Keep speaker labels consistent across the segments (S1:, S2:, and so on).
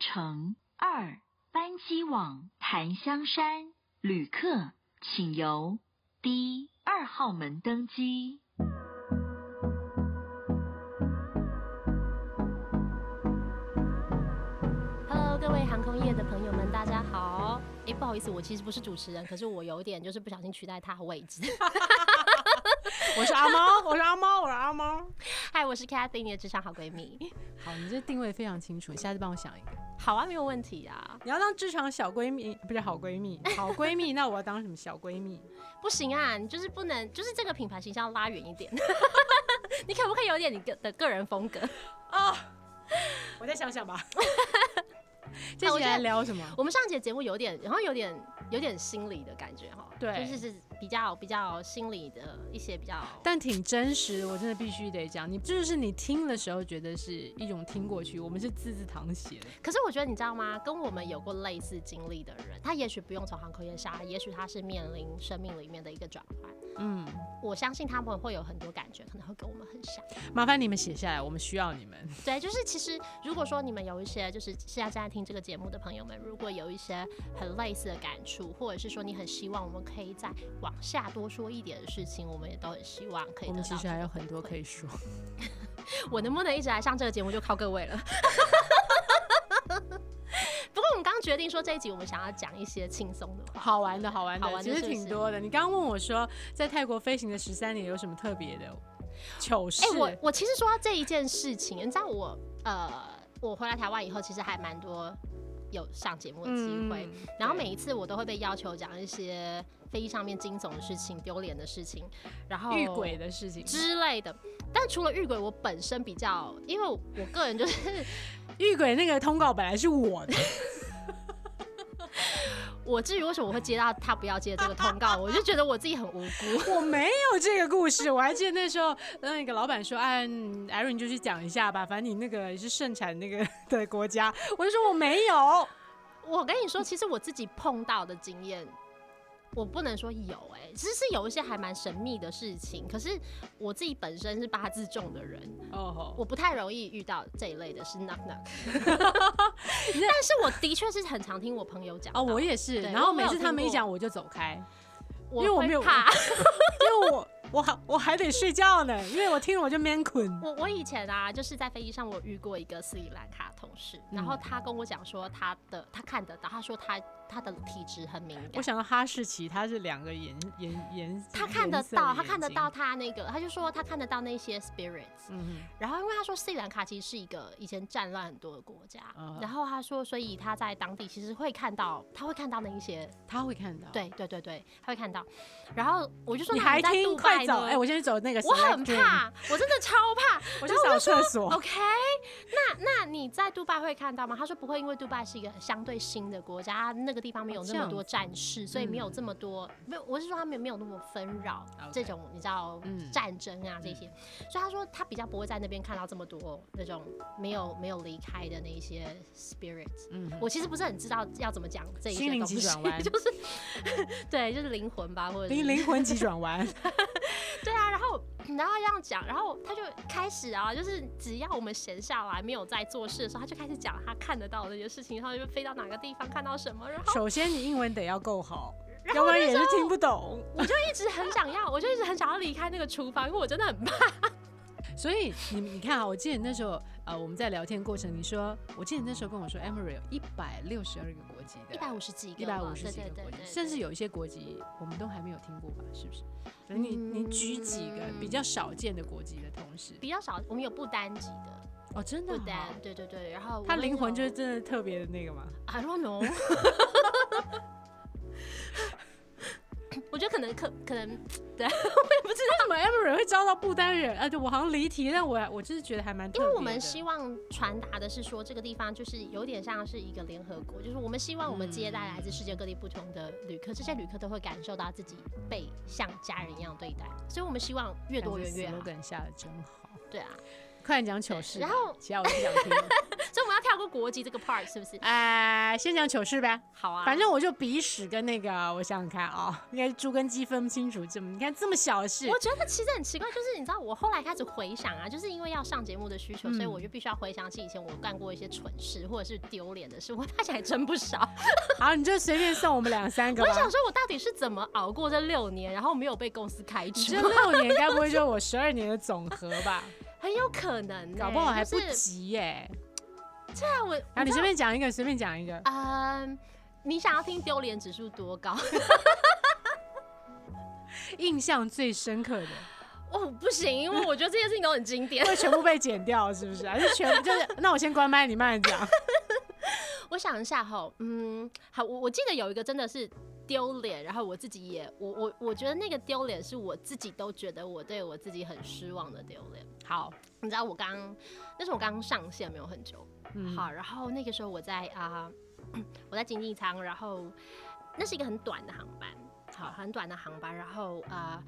S1: 乘二班机往檀香山，旅客请由 D 二号门登机。
S2: Hello，各位航空业的朋友们，大家好。哎、不好意思，我其实不是主持人，可是我有点就是不小心取代他的位 置。
S3: 我是阿猫，我是阿猫，我是阿猫。
S2: 嗨，我是 Cathy，你的职场好闺蜜。
S4: 好，你这定位非常清楚，你下次帮我想一个。
S2: 好啊，没有问题啊。
S3: 你要当职场小闺蜜，不是好闺蜜，好闺蜜，那我要当什么小闺蜜？
S2: 不行啊，你就是不能，就是这个品牌形象拉远一点。 你可不可以有点你个的个人风格？
S3: 哦我再想想吧。
S4: 这
S2: 好我
S4: 期
S2: 觉得
S4: 来聊什么？
S2: 我们上节节目有点，然后有点有点心理的感觉哈。
S3: 对
S2: 就是是比较比较心理的一些比较。
S4: 但挺真实的，我真的必须得讲，你就是你听的时候觉得是一种听过去，我们是字字淌血的。
S2: 可是我觉得你知道吗？跟我们有过类似经历的人，他也许不用从航空业下来，也许他是面临生命里面的一个转换。
S4: 嗯，
S2: 我相信他们会有很多感觉，可能会跟我们很像。
S4: 麻烦你们写下来，我们需要你们。
S2: 对，就是其实如果说你们有一些就是现在正在听这个节目的朋友们，如果有一些很类似的感触，或者是说你很希望我们可以再往下多说一点的事情，我们也都很希望可以得
S4: 我
S2: 到
S4: 们其实
S2: 这个
S4: 还有很多
S2: 回馈
S4: 可以说。
S2: 我能不能一直来上这个节目就靠各位了。不过我们刚刚决定说这一集我们想要讲一些轻松的话，
S4: 好玩的，好玩的，
S2: 好玩的
S4: 其实
S2: 是不是
S4: 挺多的。你刚刚问我说，在泰国飞行的十三年有什么特别的糗事？
S2: 哎、我我其实说到这一件事情，你知道我呃，我回来台湾以后，其实还蛮多有上节目的机会，
S4: 嗯
S2: 然后
S4: 对
S2: 每一次我都会被要求讲一些飞机上面惊悚的事情、丢脸的事情，然后
S4: 遇鬼的事情，
S2: 之类的。但除了遇鬼，我本身比较，因为我个人就是
S4: 遇鬼那个通告本来是我的，
S2: 我至于为什么我会接到他不要接这个通告，我就觉得我自己很无辜。
S4: 我没有这个故事。我还记得那时候，那个老板说：“哎，嗯艾瑞你就去讲一下吧，反正你那个是盛产那个的国家。”我就说我没
S2: 哦
S4: 有。
S2: 我跟你说，其实我自己碰到的经验，我不能说有哎、其实是有一些还蛮神秘的事情。可是我自己本身是八字重的人，
S4: 哦吼，
S2: 我不太容易遇到这一类的是 knock knock。但是我的确是很常听我朋友讲
S4: 哦，
S2: 到
S4: 我也是。
S2: 对
S4: 然后
S2: 我
S4: 每
S2: 有
S4: 次他
S2: 听
S4: 们一
S2: 过
S4: 讲，我就走 开，
S2: 我
S4: 因为我
S2: 会
S4: 没有
S2: 怕。
S4: 因为我我还我还得睡觉呢，因为我听了我就 man 困。
S2: 我我以前啊，就是在飞机上，我遇过一个斯里兰卡同事，然后他跟我讲说他的他看得到，他说他他的体质很敏感
S4: 我，想到哈士奇，它是两个颜颜颜，
S2: 他看得
S4: 颜色的
S2: 到，他
S4: 眼
S2: 看得
S4: 睛
S2: 到。他那个，他就说他看得到那些 spirits。
S4: 嗯
S2: 然后因为他说斯里兰卡其实是一个以前战乱很多的国家，
S4: 嗯
S2: 然后他说，所以他在当地其实会看到，他会看到那一些，
S4: 哼，他会看到。，
S2: 对对对对，他会看到。然后我就说，
S4: 哦你
S2: 那
S4: 还
S2: 在
S4: 听？
S2: 杜
S4: 快
S2: 拜
S4: 走！
S2: 呢
S4: 哎，我先去走那个。
S2: 我很，怕，我真的超怕。
S4: 我去扫厕 所。
S2: OK，那那你在杜拜会看到吗？他说不会，因为杜拜是一个相对新的国家，那个地方没有
S4: 哦
S2: 那
S4: 这
S2: 么
S4: 样
S2: 多战事，所以没有
S4: 嗯哦
S2: 这么多，没有，我是说他们没有那么纷扰
S4: OK
S2: 这种你知道、
S4: 嗯
S2: 战争啊这些，所以他说他比较不会在那边看到这么多那种没有没有离开的那一些 spirits。
S4: 嗯哼，
S2: 我其实不是很知道要怎么讲这一些
S4: 心灵
S2: 东西
S4: 急转 弯
S2: 就是对，就是灵魂吧，或者是
S4: 灵灵魂急 转弯。
S2: 对啊，然后然后这样讲，然后他就开始啊，就是只要我们闲下来没有在做事的时候，他就开始讲他看得到的那些事情，然后就飞到哪个地方看到什么，然后
S4: 首先，你英文得要够好，
S2: 然
S4: 要
S2: 后
S4: 不然
S2: 那
S4: 也
S2: 时
S4: 是
S2: 候
S4: 听不懂。
S2: 我就一直很想 要，我就一直很想要离开那个厨房，因为我真的很怕。
S4: 所以你你看啊，我记得那时候呃我们在聊天过程，你说，我记得你那时候跟我说 e m e r y 有一百六十二个国籍的，
S2: 一百五十几个，
S4: 一百五十几
S2: 对
S4: 个
S2: 对
S4: 国
S2: 对
S4: 籍
S2: 对，，
S4: 甚至
S2: 有
S4: 有一些国籍我们都还没有听过吧？是不是？你你举几个比较少见的国籍的同时，
S2: 比较少，我们有不单级的，
S4: 哦，真的
S2: 不
S4: 啊
S2: 单，，对对对，然后
S4: 他灵魂就是是真的特别的那个嘛。
S2: I don't know 。我觉得可能可可能
S4: 为什么 e m e r y 会招到不丹人？啊，对我好像离题，但我我就是觉得还蛮特
S2: 因
S4: 别的，
S2: 为我们希望传达的是说，这个地方就是有点像是一个联合国，就是我们希望我
S4: 嗯
S2: 们接待来自世界各地不同的旅客，这些旅客都会感受到自己被像家人一样对待，所以我们希望越
S4: 啊
S2: 多人越好。
S4: 梗下的真好。
S2: 对啊，
S4: 快点讲糗事吧，
S2: 然后
S4: 其他我不想听了。
S2: 所以们要跳过国籍这个 part 是不是？
S4: 哎、先讲糗事呗。
S2: 好啊，
S4: 反正我就鼻屎跟那个，我想想看啊、应该是猪跟鸡分不清楚，这么你看这么小的事
S2: 我，觉得其实很奇怪，就是你知道，我后来开始回想啊，就是因为要上节目的需求，
S4: 嗯
S2: 所以我就必须要回想起以前我干过一些蠢事或者是丢脸的事。我发现还真不少。
S4: 好，你就随便送我们两三个
S2: 我
S4: 吧。
S2: 想说，我到底是怎么熬过这六年，然后没有被公司开
S4: 你
S2: 除
S4: 这？六年该不 会就是我十二年的总和 吧？
S2: 很有可能、欸，
S4: 搞不好还不
S2: 就是
S4: 急耶、
S2: 对啊我，
S4: 然后你
S2: 知道
S4: 随便讲一个，随便讲一个。
S2: 嗯。你想要听丢脸指数多高？
S4: 印象最深刻的
S2: 哦，不行，因为我觉得这件事情都很经典。
S4: 会全部被剪掉，是不是？还是全部就是？那我先关麦，你慢慢讲。
S2: 我想一下哈，嗯，好，我我记得有一个真的是丢脸，然后我自己也，我我我觉得那个丢脸是我自己都觉得我对我自己很失望的丢脸。
S4: 好，
S2: 你知道我刚，那是我刚上线没有很久，
S4: 嗯，
S2: 好，然后那个时候我在啊、 我在经济舱，然后那是一个很短的航班，好，很短的航班，然后啊、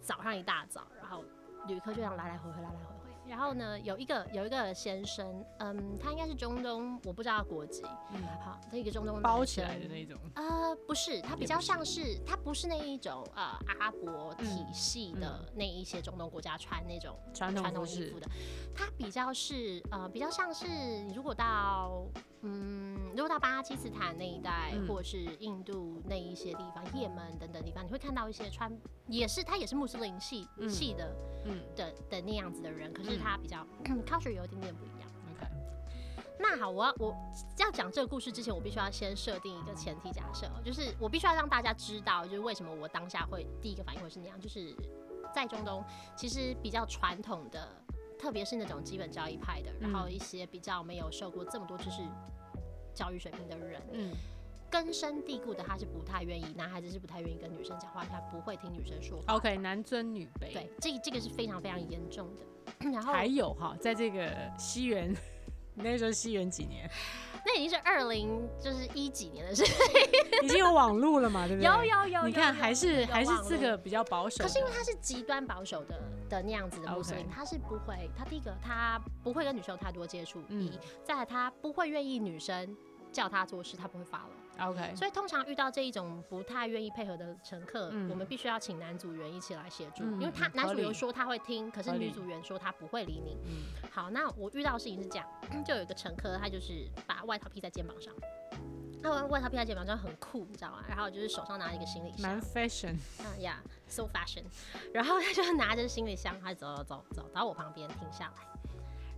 S2: 早上一大早，然后旅客就这样来来回回，来来回回。然后呢，有一个有一个先生，嗯，他应该是中东，我不知道他国籍，
S4: 嗯
S2: 好，那一个中东男
S4: 包起来
S2: 生
S4: 的那种。
S2: 呃，不是，它比较像是，它不是那一种呃阿拉伯体
S4: 嗯
S2: 系的那一些中东国家穿那种
S4: 传统
S2: 传
S4: 服
S2: 统衣
S4: 饰
S2: 服的，它比较是呃比较像是你如果到嗯如果到巴基斯坦那一带、
S4: 嗯
S2: 或者是印度那一些地方，也门等等地方，你会看到一些穿也是它也是穆斯林系、
S4: 嗯
S2: 系的
S4: 嗯
S2: 的的那样子的人，可是
S4: 嗯
S2: 他比较、culture 有一点点不一样。
S4: ，OK，
S2: 那好，我要我要讲这个故事之前，我必须要先设定一个前提假设哦，就是我必须要让大家知道，就是为什么我当下会第一个反应会是那样，就是在中东其实比较传统的，特别是那种基本教义派的，然
S4: 嗯
S2: 后一些比较没有受过这么多知识教育水平的人，
S4: 嗯，
S2: 根深蒂固的他是不太愿意，男孩子是不太愿意跟女生讲话，他不会听女生说话。
S4: OK，男尊女卑。
S2: 对，这这个是非常非常严重的。 然后
S4: 还有哈，在这个西元， 你那时候西元几 年？
S2: 那已经是二零就是一几年的事，
S4: 已经有网路了嘛，对不对？
S2: 有有有，
S4: 你
S2: 有
S4: 看
S2: 有
S4: 还是
S2: 有
S4: 还是
S2: 网
S4: 这
S2: 络
S4: 个比较保守
S2: 可
S4: 的。
S2: 是因为他是极端保守的的那样子的穆斯林
S4: OK
S2: 他是不会，他第一个他不会跟女生有太多接触，
S4: 嗯
S2: 一、再来他不会愿意女生叫他做事，他不会发了。
S4: OK，
S2: 所以通常遇到这一种不太愿意配合的乘客，
S4: 嗯
S2: 我们必须要请男组员一起来协助，
S4: 嗯
S2: 因为他
S4: 嗯
S2: 男
S4: 合
S2: 组员
S4: 理
S2: 说他会听，可是
S4: 合
S2: 女
S4: 理
S2: 组员说他不会理你。
S4: 嗯
S2: 好，那我遇到的事情是这样，就有一个乘客，他就是把外套披在肩膀上，他把外套披在肩膀上很酷，你知道吗？然后就是手上拿了一个行李箱，
S4: 蛮 fashion，
S2: 嗯呀、s o fashion。然后他就拿着行李箱，他走走走走到我旁边停下来，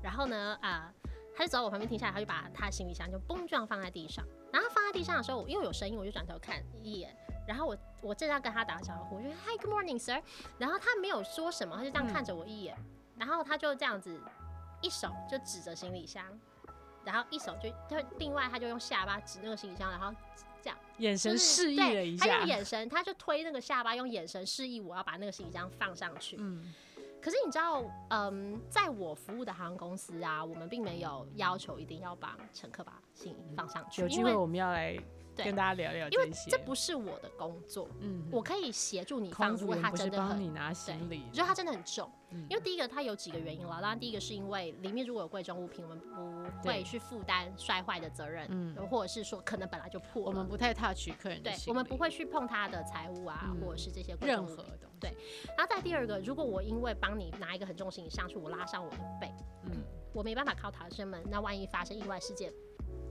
S2: 然后呢啊、他就走到我旁边停下来，他就把他的行李箱就嘣这样放在地上。然后他放在地上的时候，我因为有声音，我就转头看一眼。然后我我正要跟他打招呼，我就 Hi good morning sir。然后他没有说什么，他就这样看着我一眼，然后他就这样子一手就指着行李箱，然后一手就他另外他就用下巴指那个行李箱，然后
S4: 眼神
S2: 就是
S4: 示意
S2: 对
S4: 了一
S2: 他
S4: 下
S2: 用。眼神，他就推那个下巴，用眼神示意我要把那个行李箱放上去。
S4: 嗯，
S2: 可是你知道，嗯，在我服务的航空公司啊，我们并没有要求一定要帮乘客把行李放上去，
S4: 有机
S2: 因
S4: 会
S2: 为
S4: 我们要来
S2: 对
S4: 跟大家聊聊
S2: 因为
S4: 这些。
S2: 这不是我的工作，
S4: 嗯，
S2: 我可以协助你放，
S4: 空
S2: 如
S4: 服
S2: 果
S4: 员
S2: 他
S4: 不是
S2: 真的
S4: 帮
S2: 很。
S4: 你拿行李的，
S2: 就它真的很重，
S4: 嗯
S2: 因为第一个它有几个原因啦。当然，第一个是因为里面如果有贵重物品，我们不
S4: 对
S2: 会去负担摔坏的责任，
S4: 嗯
S2: 或者是说可能本来就破了，
S4: 我们不太 touch 客人的
S2: 对
S4: 行，李，
S2: 我们不会去碰他的财物啊，
S4: 嗯
S2: 或者是这些贵重
S4: 任
S2: 物品
S4: 何东西。
S2: 对然后再第二个，如果我因为帮你拿一个很重的行李上去，我拉伤我的背，
S4: 嗯，
S2: 我没办法靠逃生门，那万一发生意外事件，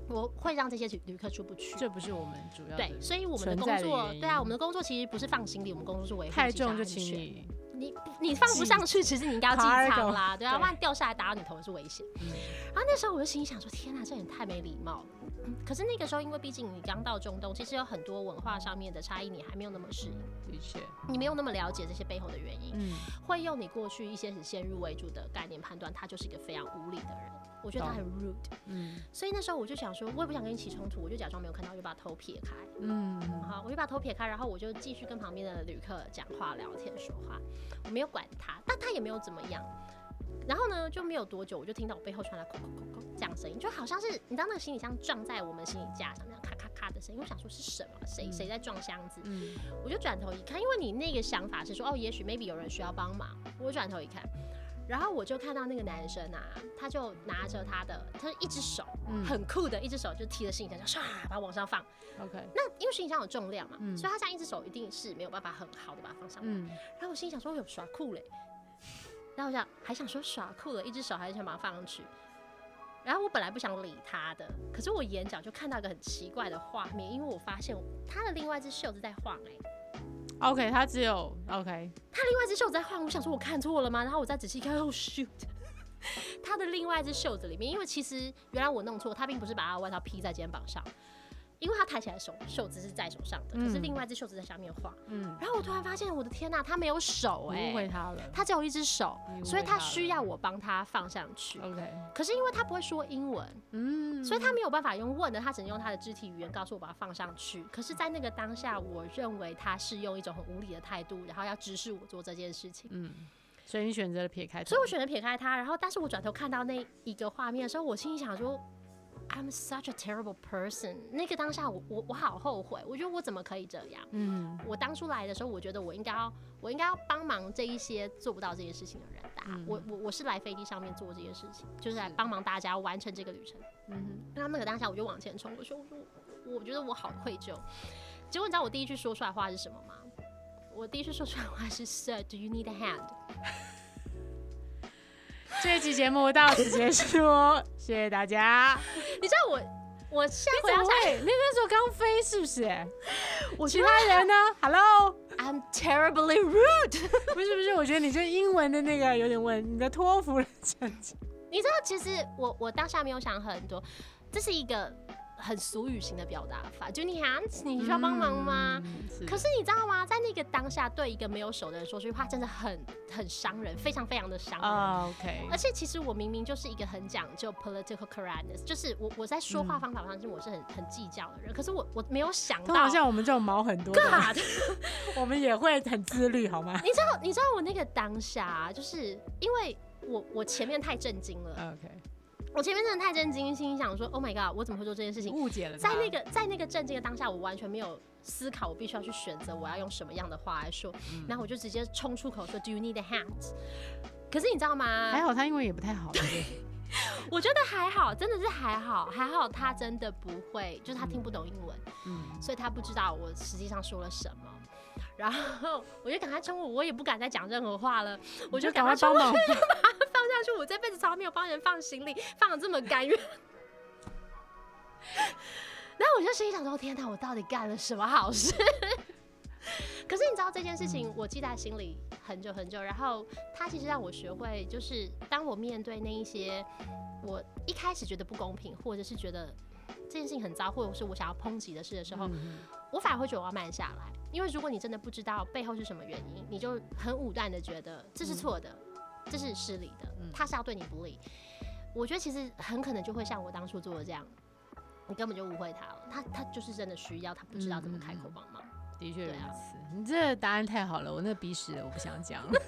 S2: 我会让这些旅旅客出不去。
S4: 这不是我们主要的
S2: 对，所以我们的
S4: 存
S2: 工
S4: 在的
S2: 作，
S4: 原因
S2: 对啊，我们的工作其实不是放行李，我们工作是维护
S4: 太
S2: 机上
S4: 重就
S2: 安
S4: 请
S2: 全
S4: 你
S2: 你你放不上去，其实你应该要进舱啦，对啊，
S4: 对
S2: 万一掉下来打到你头是危险。
S4: 嗯
S2: 然后那时候我就心里想说，天呐，这人太没礼貌了。嗯可是那个时候，因为毕竟你刚到中东，其实有很多文化上面的差异，你还没有那么适应，
S4: 的确，
S2: 你没有那么了解这些背后的原因，
S4: 嗯，
S2: 会用你过去一些很先入为主的概念判断，他就是一个非常无理的人。我觉得他很 rude，
S4: 嗯
S2: 所以那时候我就想说，我也不想跟你起冲突，我就假装没有看到，我就把头撇开。
S4: 嗯，
S2: 好，我就把头撇开，然后我就继续跟旁边的旅客讲话、聊天、说话，我没有管他，但他也没有怎么样。然后呢，就没有多久，我就听到我背后传来“哐哐哐哐”这样的声音，就好像是你知道那个行李箱撞在我们行李架上那样咔咔咔的声音。我想说是什么？谁谁在撞箱子？
S4: 嗯，
S2: 我就转头一看，因为你那个想法是说，哦，也许 maybe 有人需要帮忙。我转头一看，然后我就看到那个男生啊，他就拿着他的，他一只手
S4: 嗯
S2: 很酷的，一只手就提着行李箱，唰把它往上放。
S4: ，OK，
S2: 那因为行李箱有重量嘛，
S4: 嗯
S2: 所以他这样一只手一定是没有办法很好的把它放上来。
S4: 嗯，
S2: 然后我心里想说，我有耍酷嘞。然后我想还想说耍酷了，一只手还是想把它放上去。然后我本来不想理他的，可是我眼角就看到一个很奇怪的画面，因为我发现他的另外一只袖子在晃、欸，哎，
S4: OK，他只有 OK，
S2: 他另外一只袖子在晃，我想说我看错了吗？然后我再仔细看，哦 shoot，他的另外一只袖子里面，因为其实原来我弄错，他并不是把他的外套披在肩膀上，因为他抬起来的手袖子是在手上的，可是
S4: 嗯
S2: 另外一只袖子在下面晃。
S4: 嗯，
S2: 然后我突然发现，我的天呐、他没有手
S4: 我
S2: 哎、
S4: 误会他了
S2: 他只有一只手
S4: 你误，会
S2: 所以他
S4: 他了
S2: 需要我帮他放上去。
S4: ，OK，
S2: 可是因为他不会说英文，
S4: 嗯，
S2: 所以他没有办法用问的，他只能用他的肢体语言告诉我把它放上去。可是，在那个当下，我认为他是用一种很无理的态度，然后要指使我做这件事情。
S4: 嗯，所以你选择了撇开他，
S2: 所以我选择撇开他，然后，但是我转头看到那一个画面的时候，我心里想说，I'm such a terrible person。那个当下我，我我好后悔，我觉得我怎么可以这样？
S4: 嗯
S2: 我当初来的时候，我觉得我应该要，我应该要帮忙这一些做不到这件事情的人的啊、
S4: 嗯
S2: 我我我是来飞机上面做这件事情，就是来帮忙大家完成这个旅程。
S4: 嗯
S2: 那那个当下我就往前冲，我说我说我我觉得我好愧疚。结果你知道我第一句说出来的话是什么吗？我第一句说出来的话是 Sir, do you need a hand？
S4: 哼，这一期节目到此结束，哦谢谢大家。
S2: 你知道我我现在回想
S4: 你怎么
S2: 起来，
S4: 会？你那时候刚飞是不是？
S2: 我
S4: 其他人呢？Hello，
S2: I'm terribly rude。
S4: 不是不是，我觉得你这英文的那个有点问，你的托福的成绩。
S2: 你知道，其实我我当下没有想很多，这是一个很俗语型的表达法，就你 hand，你需要帮忙吗？
S4: 嗯？是
S2: 可是你知道吗？在那个当下，对一个没有手的人说这句话，真的很很伤人，非常非常的伤人。
S4: 啊，OK，
S2: 而且其实我明明就是一个很讲究 political correctness，就是我我在说
S4: 嗯
S2: 话方法上，是我是很很计较的人。可是我我没有想
S4: 通
S2: 到
S4: 常，像我们这种毛很多的人，
S2: God，
S4: 我们也会很自律，好吗
S2: 你知道你知道我那个当下啊，就是因为我我前面太震惊了，
S4: ？OK，
S2: 我前面真的太震惊，心里想说 Oh my God，我怎么会做这件事情？
S4: 误解了
S2: 在
S4: 他。
S2: 那个在那个震惊的当下，我完全没有思考，我必须要去选择我要用什么样的话来说，
S4: 嗯
S2: 然后我就直接冲出口说 Do you need a hand？可是你知道
S4: 嗯还
S2: 吗？
S4: 好他英文也不太好，对不对
S2: 我觉得还好，真的是还好，还好他真的不会，就是他听不懂英文，
S4: 嗯，
S2: 所以他不知道我实际上说了什么。然后我就赶快冲我，我也不敢再讲任何话了，我就赶
S4: 赶
S2: 快
S4: 快
S2: 冲
S4: 帮
S2: 我
S4: 忙。
S2: 放下去。我这辈子从来没有帮人放行李放的这么甘愿。 然后我就心里想说：天哪，我到底干了什么好事？ 可是你知道这件事情，我记在心里很久很久。然后它其实让我学会，就是当我面对那一些我一开始觉得不公平，或者是觉得这件事情很糟，或者是我想要抨击的事的
S4: 嗯
S2: 时候，我反而会觉得我要慢下来，因为如果你真的不知道背后是什么原因，你就很武断的觉得这是错的，这是失礼的，他是要对你不利。我觉得其实很可能就会像我当初做的这样，你根本就误会他了，他他就是真的需要，他不知道怎么开口帮忙。
S4: 的确如
S2: 对啊
S4: 此，你这答案太好了，我那鼻屎了，我不想讲了。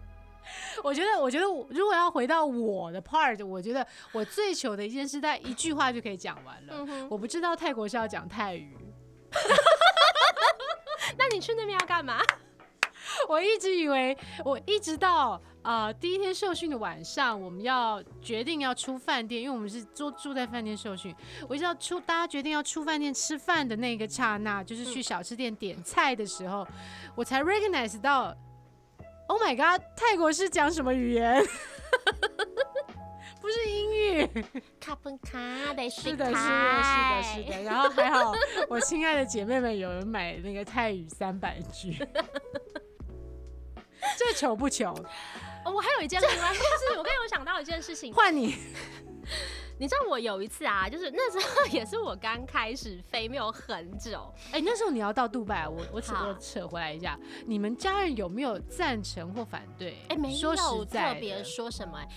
S4: 我觉得，我觉得我，如果要回到我的 part，我觉得我最糗的一件事，大概一句话就可以讲完了。
S2: 嗯哼，
S4: 我不知道泰国是要讲泰语，
S2: 那你去那边要干嘛？
S4: 我一直以为，我一直到呃第一天受训的晚上，我们要决定要出饭店，因为我们是住住在饭店受训。我一直到出大家决定要出饭店吃饭的那个刹那，就是去小吃店点菜的时候，我才 recognize 到，Oh my god，泰国是讲什么语言？ 不是英语，
S2: 卡本卡得
S4: 是的，是的，是的，是 的。然后还好，我亲爱的姐妹们有人买那个泰语三百 句，这糗不糗？
S2: 哦，我还有一件 另外，就是我刚才有想到一件事情，
S4: 换你，
S2: 你知道我有一次啊，就是那时候也是我刚开始飞没有很久，
S4: 哎、那时候你要到杜拜，啊我我扯
S2: 好
S4: 我扯回来一下，你们家人有没有赞成或反对？
S2: 哎、没
S4: 说
S2: 有
S4: 实在
S2: 特别
S4: 的
S2: 说什么、哎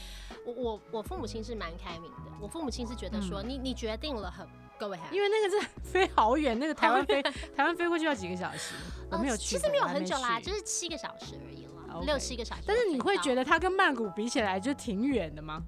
S2: 我我我父母亲是蛮开明的，我父母亲是觉得说、你你决定了很各位 ahead。
S4: 嗯因为那个是 飞好远，那个台湾飞台湾飞过去要几个小时，我
S2: 呃
S4: 没有去
S2: 其
S4: 过，
S2: 实没有
S4: 我还
S2: 很久啦，
S4: 去
S2: 就是七个小时而已啦。
S4: OK
S2: 六七个小时。
S4: 但是你会觉
S2: 得，
S4: 得它跟曼谷比起来就挺远的吗？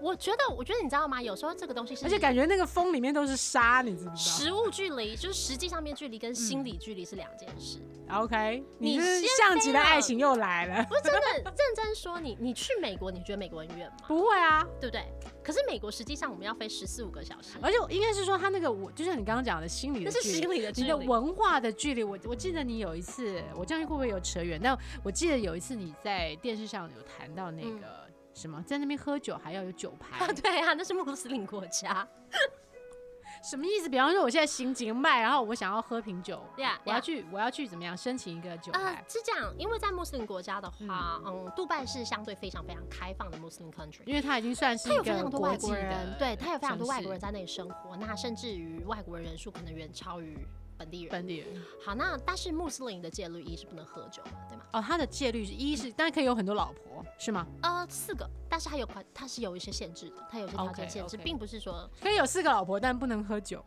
S2: 我觉得，我觉得你知道吗？有时候这个东西是，
S4: 而且感觉那个风里面都是沙，你知不知
S2: 实物距离，就是实际上面距离跟
S4: 嗯
S2: 心理距离是两件事。
S4: 道？OK，你
S2: 你
S4: 是
S2: 先
S4: 像极
S2: 飞
S4: 了爱
S2: 了
S4: 情又来了。
S2: 不是真的认真说你，你去美国，你觉得美国很远吗？
S4: 不会啊，
S2: 对不对？可是美国实际上我们要飞十四五个小时，
S4: 而且我应该是说他那个我，就像你刚刚讲的心理
S2: 那
S4: 的
S2: 是
S4: 距离
S2: 心。理的距
S4: 你的
S2: 离。
S4: 文化的距离，我我记得你有一次，我这样会不会有扯远？但我记得有一次你在电视上有谈到那个什么，在那边喝酒还要有酒 牌，
S2: 对啊，那是穆斯林国家。
S4: 什么意思？比方说我现在心情脉，然后我想要喝瓶酒，
S2: 对啊，
S4: 我要去我要去怎么样申请一个酒
S2: 呃
S4: 牌，？
S2: 是这样，因为在穆斯林国家的话，嗯，杜拜是相对非常非常开放的穆斯林 country，
S4: 因为它已经算是
S2: 它
S4: 一
S2: 有非
S4: 个
S2: 常多外
S4: 国际
S2: 国
S4: 的
S2: 人，，对，它有非常多
S4: 城市
S2: 外国人在那里生活，那甚至于外国人人数可能远超于本地人。
S4: 本地人。
S2: 好，那但是穆斯林的戒律一是不能喝酒嘛，对吗？
S4: 哦，他的戒律是一是，但可以有很多老婆，是吗？
S2: 呃，四个，但是它有款，它是有一些限制的，它有一些条件
S4: OK，
S2: 限制
S4: OK
S2: 并不是说
S4: 可以有四个老婆，但不能喝酒，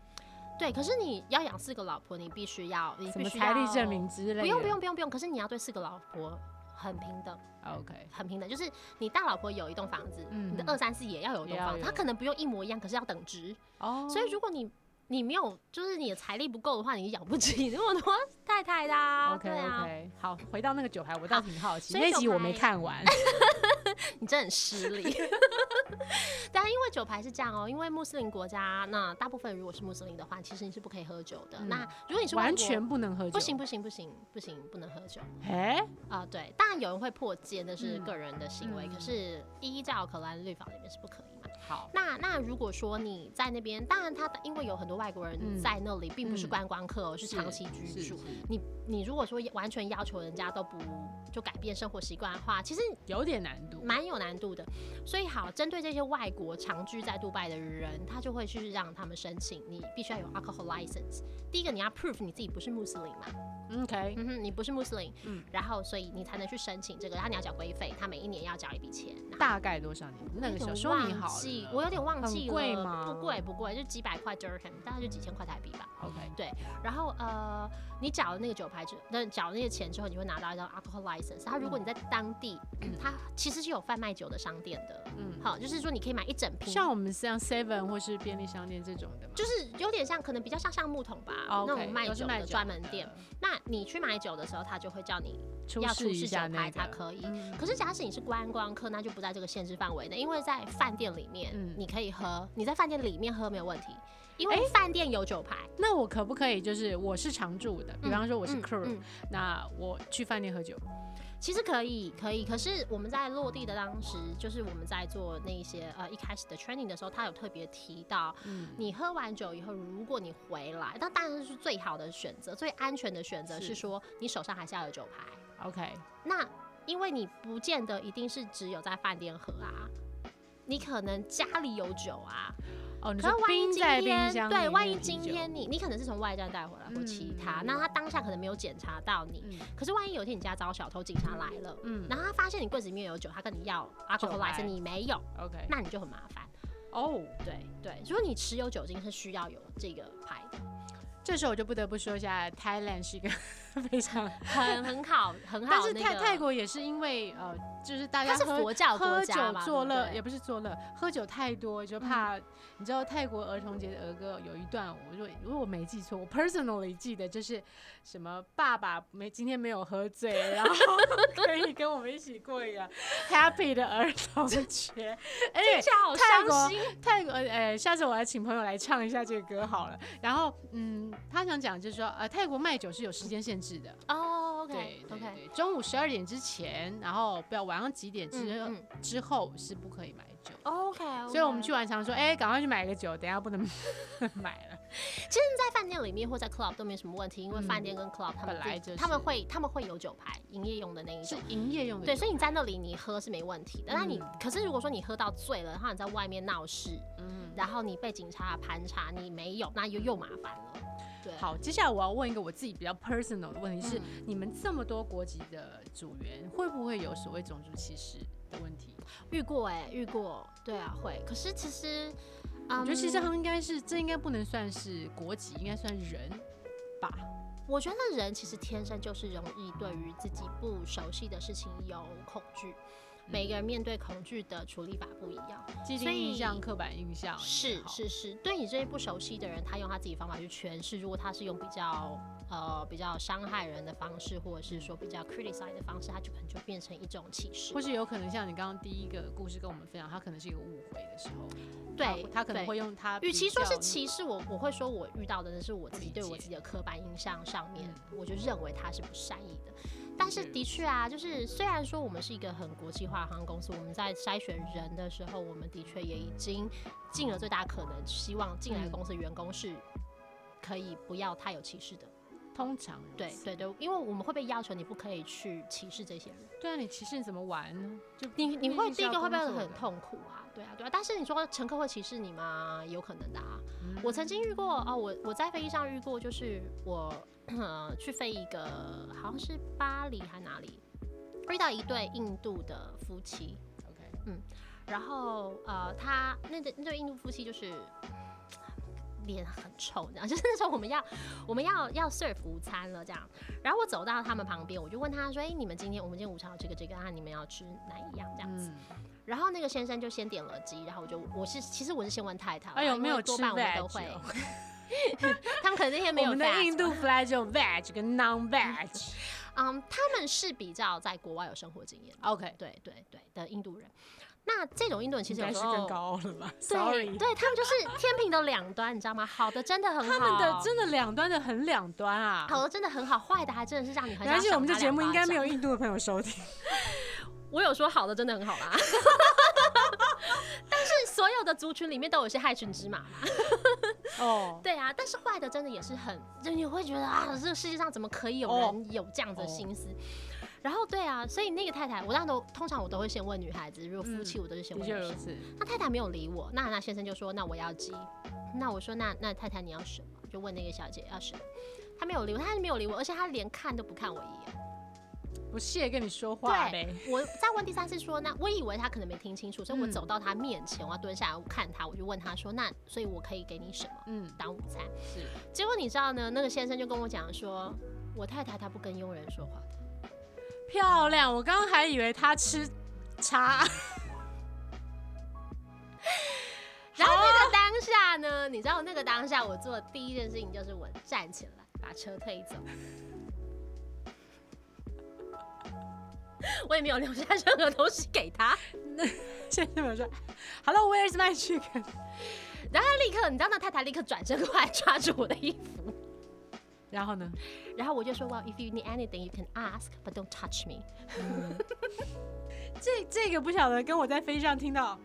S2: 对。可是你要养四个老婆，你必须要，你
S4: 什么
S2: 必须
S4: 财力
S2: 要
S4: 证明之类的。
S2: 不用不用不用不用，可是你要对四个老婆很平等，
S4: 啊，OK，
S2: 很平等，就是你大老婆有一栋房子，
S4: 嗯
S2: 你的二三四也要有一栋
S4: 也要
S2: 房子，她
S4: 有
S2: 可能不用一模一样，可是要等值。
S4: 哦，
S2: 所以如果你你没有，就是你的财力不够的话，你养不起 那么多太太的、啊。
S4: OK
S2: 对啊，
S4: OK，好，回到那个酒牌，我倒挺好奇，
S2: 所以
S4: 那
S2: 酒
S4: 集我没
S2: 牌
S4: 看完。
S2: 你真的很失礼。 但因为酒牌是这样哦、因为穆斯林国家，那大部分如果是穆斯林的话，其实你是不可以喝酒的。
S4: 嗯
S2: 那如果你是外
S4: 完
S2: 国
S4: 全不能喝酒，
S2: 不行。不行不行不行不能喝酒
S4: 哎、
S2: 啊、对，当然有人会破戒，那是
S4: 嗯
S2: 个人的行为，
S4: 嗯
S2: 可是依照可兰律法里面是不可以嘛。
S4: 好，
S2: 那那如果说你在那边，当然他因为有很多外国人
S4: 嗯
S2: 在那里，并不是
S4: 嗯
S2: 观光客、哦，是
S4: 是
S2: 长期居
S4: 是
S2: 住
S4: 是。
S2: 你你如果说完全要求人家都不就改变生活习惯的话，其实
S4: 有点难度。
S2: 蛮有难度的。所以好，针对这些外国长居在杜拜的人，他就会去让他们申请，你必须要有 alcohol license。第一个你要 prove 你自己不是穆斯林嘛，
S4: OK，
S2: 嗯哼，你不是穆斯林，
S4: 嗯
S2: 然后所以你才能去申请这个，然后你要缴规费，他每一年要缴一笔钱。然后
S4: 大概多少年？那
S2: 嗯有
S4: 个小
S2: 点
S4: 说你
S2: 忘
S4: 好
S2: 记
S4: 了，
S2: 我有点忘
S4: 很
S2: 记了，
S4: 贵吗
S2: 不贵不贵，就几百块 dirham，大概就几千块台币吧。
S4: OK，
S2: 然后呃，你缴了那个酒牌之，那缴了那个钱之后，你会拿到一张 alcohol license。它如果你在当地，它其实是有贩卖酒的商店的，
S4: 嗯，
S2: 好，就是说你可以买一整瓶，
S4: 像我们像 Seven 或是便利商店这种的嘛，
S2: 就是有点像，可能比较像橡木桶吧
S4: 哦 OK，
S2: 那种卖
S4: 都是
S2: 酒
S4: 卖
S2: 的
S4: 酒
S2: 专门
S4: 的
S2: 店。那你去买酒的时候，他就会叫你
S4: 出
S2: 要
S4: 示
S2: 出
S4: 一
S2: 示酒
S4: 下那
S2: 牌
S4: 个
S2: 才可以。
S4: 嗯
S2: 可是假使你是观光客，那就不在这个限制范围内，因为在饭店里面、
S4: 嗯
S2: 你可以喝，你在饭店里面喝没有问题，因为饭店有酒牌。
S4: 那我可不可以就是我是常住的，比方说我是
S2: 嗯
S4: crew，、
S2: 嗯
S4: 那我去饭店喝酒，
S2: 其实可以，可以。可是我们在落地的当时，就是我们在做那一些呃一开始的 training 的时候，他有特别提到，
S4: 嗯，
S2: 你喝完酒以后，如果你回来，那当然是最好的选择，最安全的选择
S4: 是
S2: 是说你手上还是要有酒牌。
S4: OK，
S2: 那因为你不见得一定是只有在饭店喝啊，你可能家里有酒啊。
S4: 哦，你
S2: 可
S4: 说
S2: 是万一
S4: 冰
S2: 今
S4: 在冰
S2: 天
S4: 箱
S2: 对，
S4: 里
S2: 万
S4: 面
S2: 一
S4: 的啤
S2: 今
S4: 酒
S2: 天你你可能是从外站带回来或其他，
S4: 嗯
S2: 那他当下可能没有检查到你，
S4: 嗯
S2: 可是万一有一天你家遭小偷，警察来了，
S4: 嗯
S2: 然后他发现你柜子里面有酒，他跟你要 alcohol
S4: 酒牌
S2: license，你没有，
S4: ，OK，
S2: 那你就很麻烦。
S4: 哦。
S2: 对对，如果你持有酒精是需要有这个牌 的，
S4: 这时候我就不得不说一下，Thailand 是一个 非常，
S2: 很很好很好。
S4: 但是
S2: 那
S4: 泰、
S2: 个
S4: 泰国也是因为呃，就是大
S2: 它
S4: 家
S2: 是
S4: 喝
S2: 佛教国
S4: 喝
S2: 家
S4: 酒
S2: 嘛，
S4: 作
S2: 对不
S4: 乐
S2: 对 嗯
S4: 也不是作乐，喝酒太多就怕，你知道泰国儿童节的儿歌有一段，我如果如果我没记错，我 personally 记得就是什么爸爸没今天没有喝醉，然后可以跟我们一起过一个 happy 的儿童节，哎。
S2: 听起来好
S4: 泰
S2: 伤
S4: 国
S2: 心。
S4: 泰国，呃，下次我来请朋友来唱一下这个歌好了。然后，嗯，他想讲就是说，呃，泰国卖酒是有时间限制的，
S2: 哦，OK，OK、
S4: 对
S2: o k
S4: 对
S2: OK，
S4: 对，中午十二点之前，然后不要晚上几点之后
S2: 嗯哦
S4: 之后是不可以买酒。
S2: OK，
S4: 所以我们去晚常说，哎、赶快去买个酒，等一下不能 买了。
S2: 在饭店里面或在 club 都没什么问题，因为
S4: 嗯
S2: 饭店跟 club 他们
S4: 本来
S2: 自
S4: 就是
S2: 他们会他们会有酒牌，营业用的那一
S4: 是
S2: 种。
S4: 营业用的酒。
S2: 对，所以你在那里你喝是没问题的。那你
S4: 嗯
S2: 可是如果说你喝到醉了，然后你在外面闹事，
S4: 嗯，
S2: 然后你被警察盘查，你没有，那又又麻烦了。对，，
S4: 好，接下来我要问一个我自己比较 personal 的问题是，
S2: 嗯
S4: 你们这么多国籍的组员，会不会有所谓种族歧视的问题？
S2: 遇过哎、遇过，对啊，会。可是其实，
S4: 我
S2: 嗯，
S4: 觉得其实他们应该是，这应该不能算是国籍，应该算人吧。
S2: 我觉得人其实天生就是容易对于自己不熟悉的事情有恐惧，每
S4: 嗯
S2: 个人面对恐惧的处理法不一样。
S4: 既定印象、刻板印象也
S2: 是
S4: 好
S2: 是是，对你这些不熟悉的人，他用他自己方法去诠释。如果他是用比较呃比较伤害人的方式，或者是说比较 criticize 的方式，他就可能就变成一种歧视
S4: 或。是有可能像你刚刚第一个故事跟我们分享，他可能是一个误会的时候，
S2: 对，
S4: 他可能
S2: 对
S4: 会用他比较，
S2: 与其说是歧视，我我会说我遇到的那是我自己
S4: 理
S2: 对我
S4: 解嗯
S2: 自己的刻板印象上面，我就认为他是不善意的。但是的确啊，就是虽然说我们是一个很国际化的航空公司，我们在筛选人的时候，我们的确也已经尽了最大可能，希望进来
S4: 嗯
S2: 公司的员工是可以不要太有歧视的。
S4: 通常如
S2: 对
S4: 此
S2: 对对，因为我们会被要求你不可以去歧视这些人。
S4: 对啊，你歧视你怎么玩呢？就
S2: 你你
S4: 毕
S2: 会
S4: 竟
S2: 第
S4: 是
S2: 一个会不
S4: 要工
S2: 会
S4: 作
S2: 很
S4: 的？
S2: 痛苦啊？对啊，对啊。但是你说乘客会歧视你吗？有可能的啊。我曾经遇过哦，我我在飞机上遇过，就是我呃去飞一个好像是巴黎还哪里，遇到一对印度的夫妻，
S4: OK，
S2: 然后呃他那对那对印度夫妻就是。脸很臭，这样 就是那时候我们要我们要要 serve 午餐了，这样。然后我走到他们旁边，我就问他说：“哎、你们今天我们今天午餐有这个这个，啊，你们要吃哪一样？”这样子。
S4: 嗯，
S2: 然后那个先生就先点了鸡，然后我就我是其实我是先问太太啦，
S4: 哎呦
S2: 因为
S4: 没有
S2: 多
S4: 吃
S2: 半我们都
S4: veg
S2: 会
S4: 哦，
S2: 他们可能那天没
S4: 我
S2: 有
S4: 们的
S2: veg
S4: 印度 flag 就 veg 跟 non veg。
S2: 嗯，他们是比较在国外有生活经验的，
S4: OK，
S2: 对对对的印度人。那这种印度人其
S4: 应
S2: 实有
S4: 该
S2: 时
S4: 是
S2: 候
S4: 更高了吧
S2: 对
S4: ？Sorry，
S2: 对，他们就是天平的两端，你知道吗？好的真的很好，
S4: 他们的真的两端的很两端啊。
S2: 好的真的很好，坏的还真的是让你很
S4: 没
S2: 想
S4: 关系，我们这
S2: 赏他
S4: 节目
S2: 两
S4: 应
S2: 巴
S4: 该没
S2: 掌
S4: 有印度的朋友 收听。
S2: 我有说好的真的很好啦， 但是所有的族群里面都有一些害群之马嘛。
S4: 哦，
S2: 对啊，但是坏的真的也是很，就你会觉得啊，这个世界上怎么可以有
S4: 哦
S2: 人有这样子的心思？然后对啊，所以那个太太，我当然都通常我都会先问女孩子，如果夫妻我都是先
S4: 嗯的
S2: 问
S4: 确
S2: 女
S4: 如
S2: 生。
S4: 此。
S2: 那太太没有理我，那那先生就说那我要鸡，那我说那那太太你要什么？我就问那个小姐要什么，她没有理我，她没有理我，而且她连看都不看我一眼。
S4: 不屑跟你说话呗。
S2: 我再问第三次说，那我以为他可能没听清楚，所以我
S4: 嗯
S2: 走到他面前，我要蹲下来我看他，我就问他说，那所以我可以给你什么
S4: 嗯，
S2: 当午餐？
S4: 是
S2: 结果你知道呢，那个先生就跟我讲说，我太太她不跟佣人说话的，
S4: 漂亮。我刚刚还以为他吃 茶，
S2: 然后那个当下呢，你知道那个当下我做的第一件事情就是我站起来把车推走。 我也没有留下任何东西给他，
S4: 现在我说，Hello，where's my chicken？
S2: 然后他立刻，你知道那太太立刻转身过来抓住我的衣服，
S4: 然后呢？
S2: 然后我就说，Well, if you need anything, you can ask, but don't touch me。
S4: 这这个不晓得跟我在飞机上听到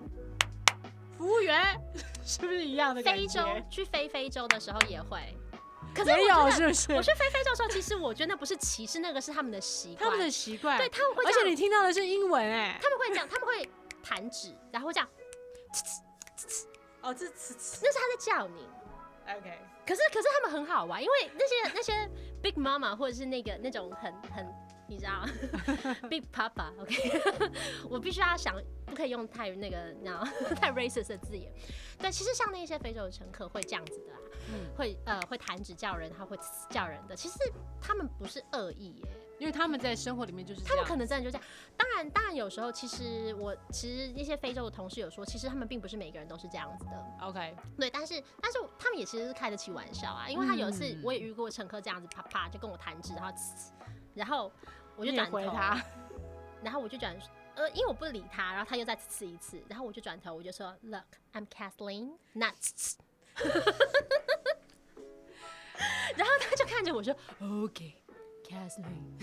S4: 服务员 是不是一样的感
S2: 非
S4: 觉
S2: 洲？去飞非洲的时候也会，可是我
S4: 没有，
S2: 觉
S4: 是
S2: 得
S4: 不是？
S2: 我去飞非洲的时候，其实我觉得那不是歧视，那个是他们的习惯。
S4: 他们的习惯，
S2: 对，他们会
S4: 而
S2: 这
S4: 且
S2: 样，
S4: 你听到的是英文哎、
S2: 他们会讲，他们会弹指，然后会这样，
S4: 哦，这此此
S2: 那是他在叫你。
S4: ，OK，
S2: 可是可是他们很好玩，因为那些那些 Big Mama 或者是那个那种很很你知 道 Big Papa，OK，、我 必须要想不可以用太那个你知 道太 racist 的字眼。对，其实像那些非洲的乘客会这样子的啦，啊
S4: 嗯
S2: 会呃会弹指叫人，他会嘶叫人的。其实他们不是恶意耶、
S4: 因为他们在生活里面就是
S2: 他
S4: 这
S2: 们
S4: 样，
S2: 可能真的就这样。当然，当然有时候其实我其实那些非洲的同事有说，其实他们并不是每个人都是这样子的。
S4: OK，
S2: 对，但是但是他们也其实是开得起玩笑啊，因为他有一次
S4: 嗯
S2: 我也遇过乘客这样子啪啪就跟我弹指，然后呲然后我就
S4: 你也
S2: 转头
S4: 回 他，
S2: 然后我就转呃，因为我不理他，然后他又再呲一次，然后我就转头我就说，Look, I'm Kathleen, not 呲。然后他就看着我说，OK，Kathleen。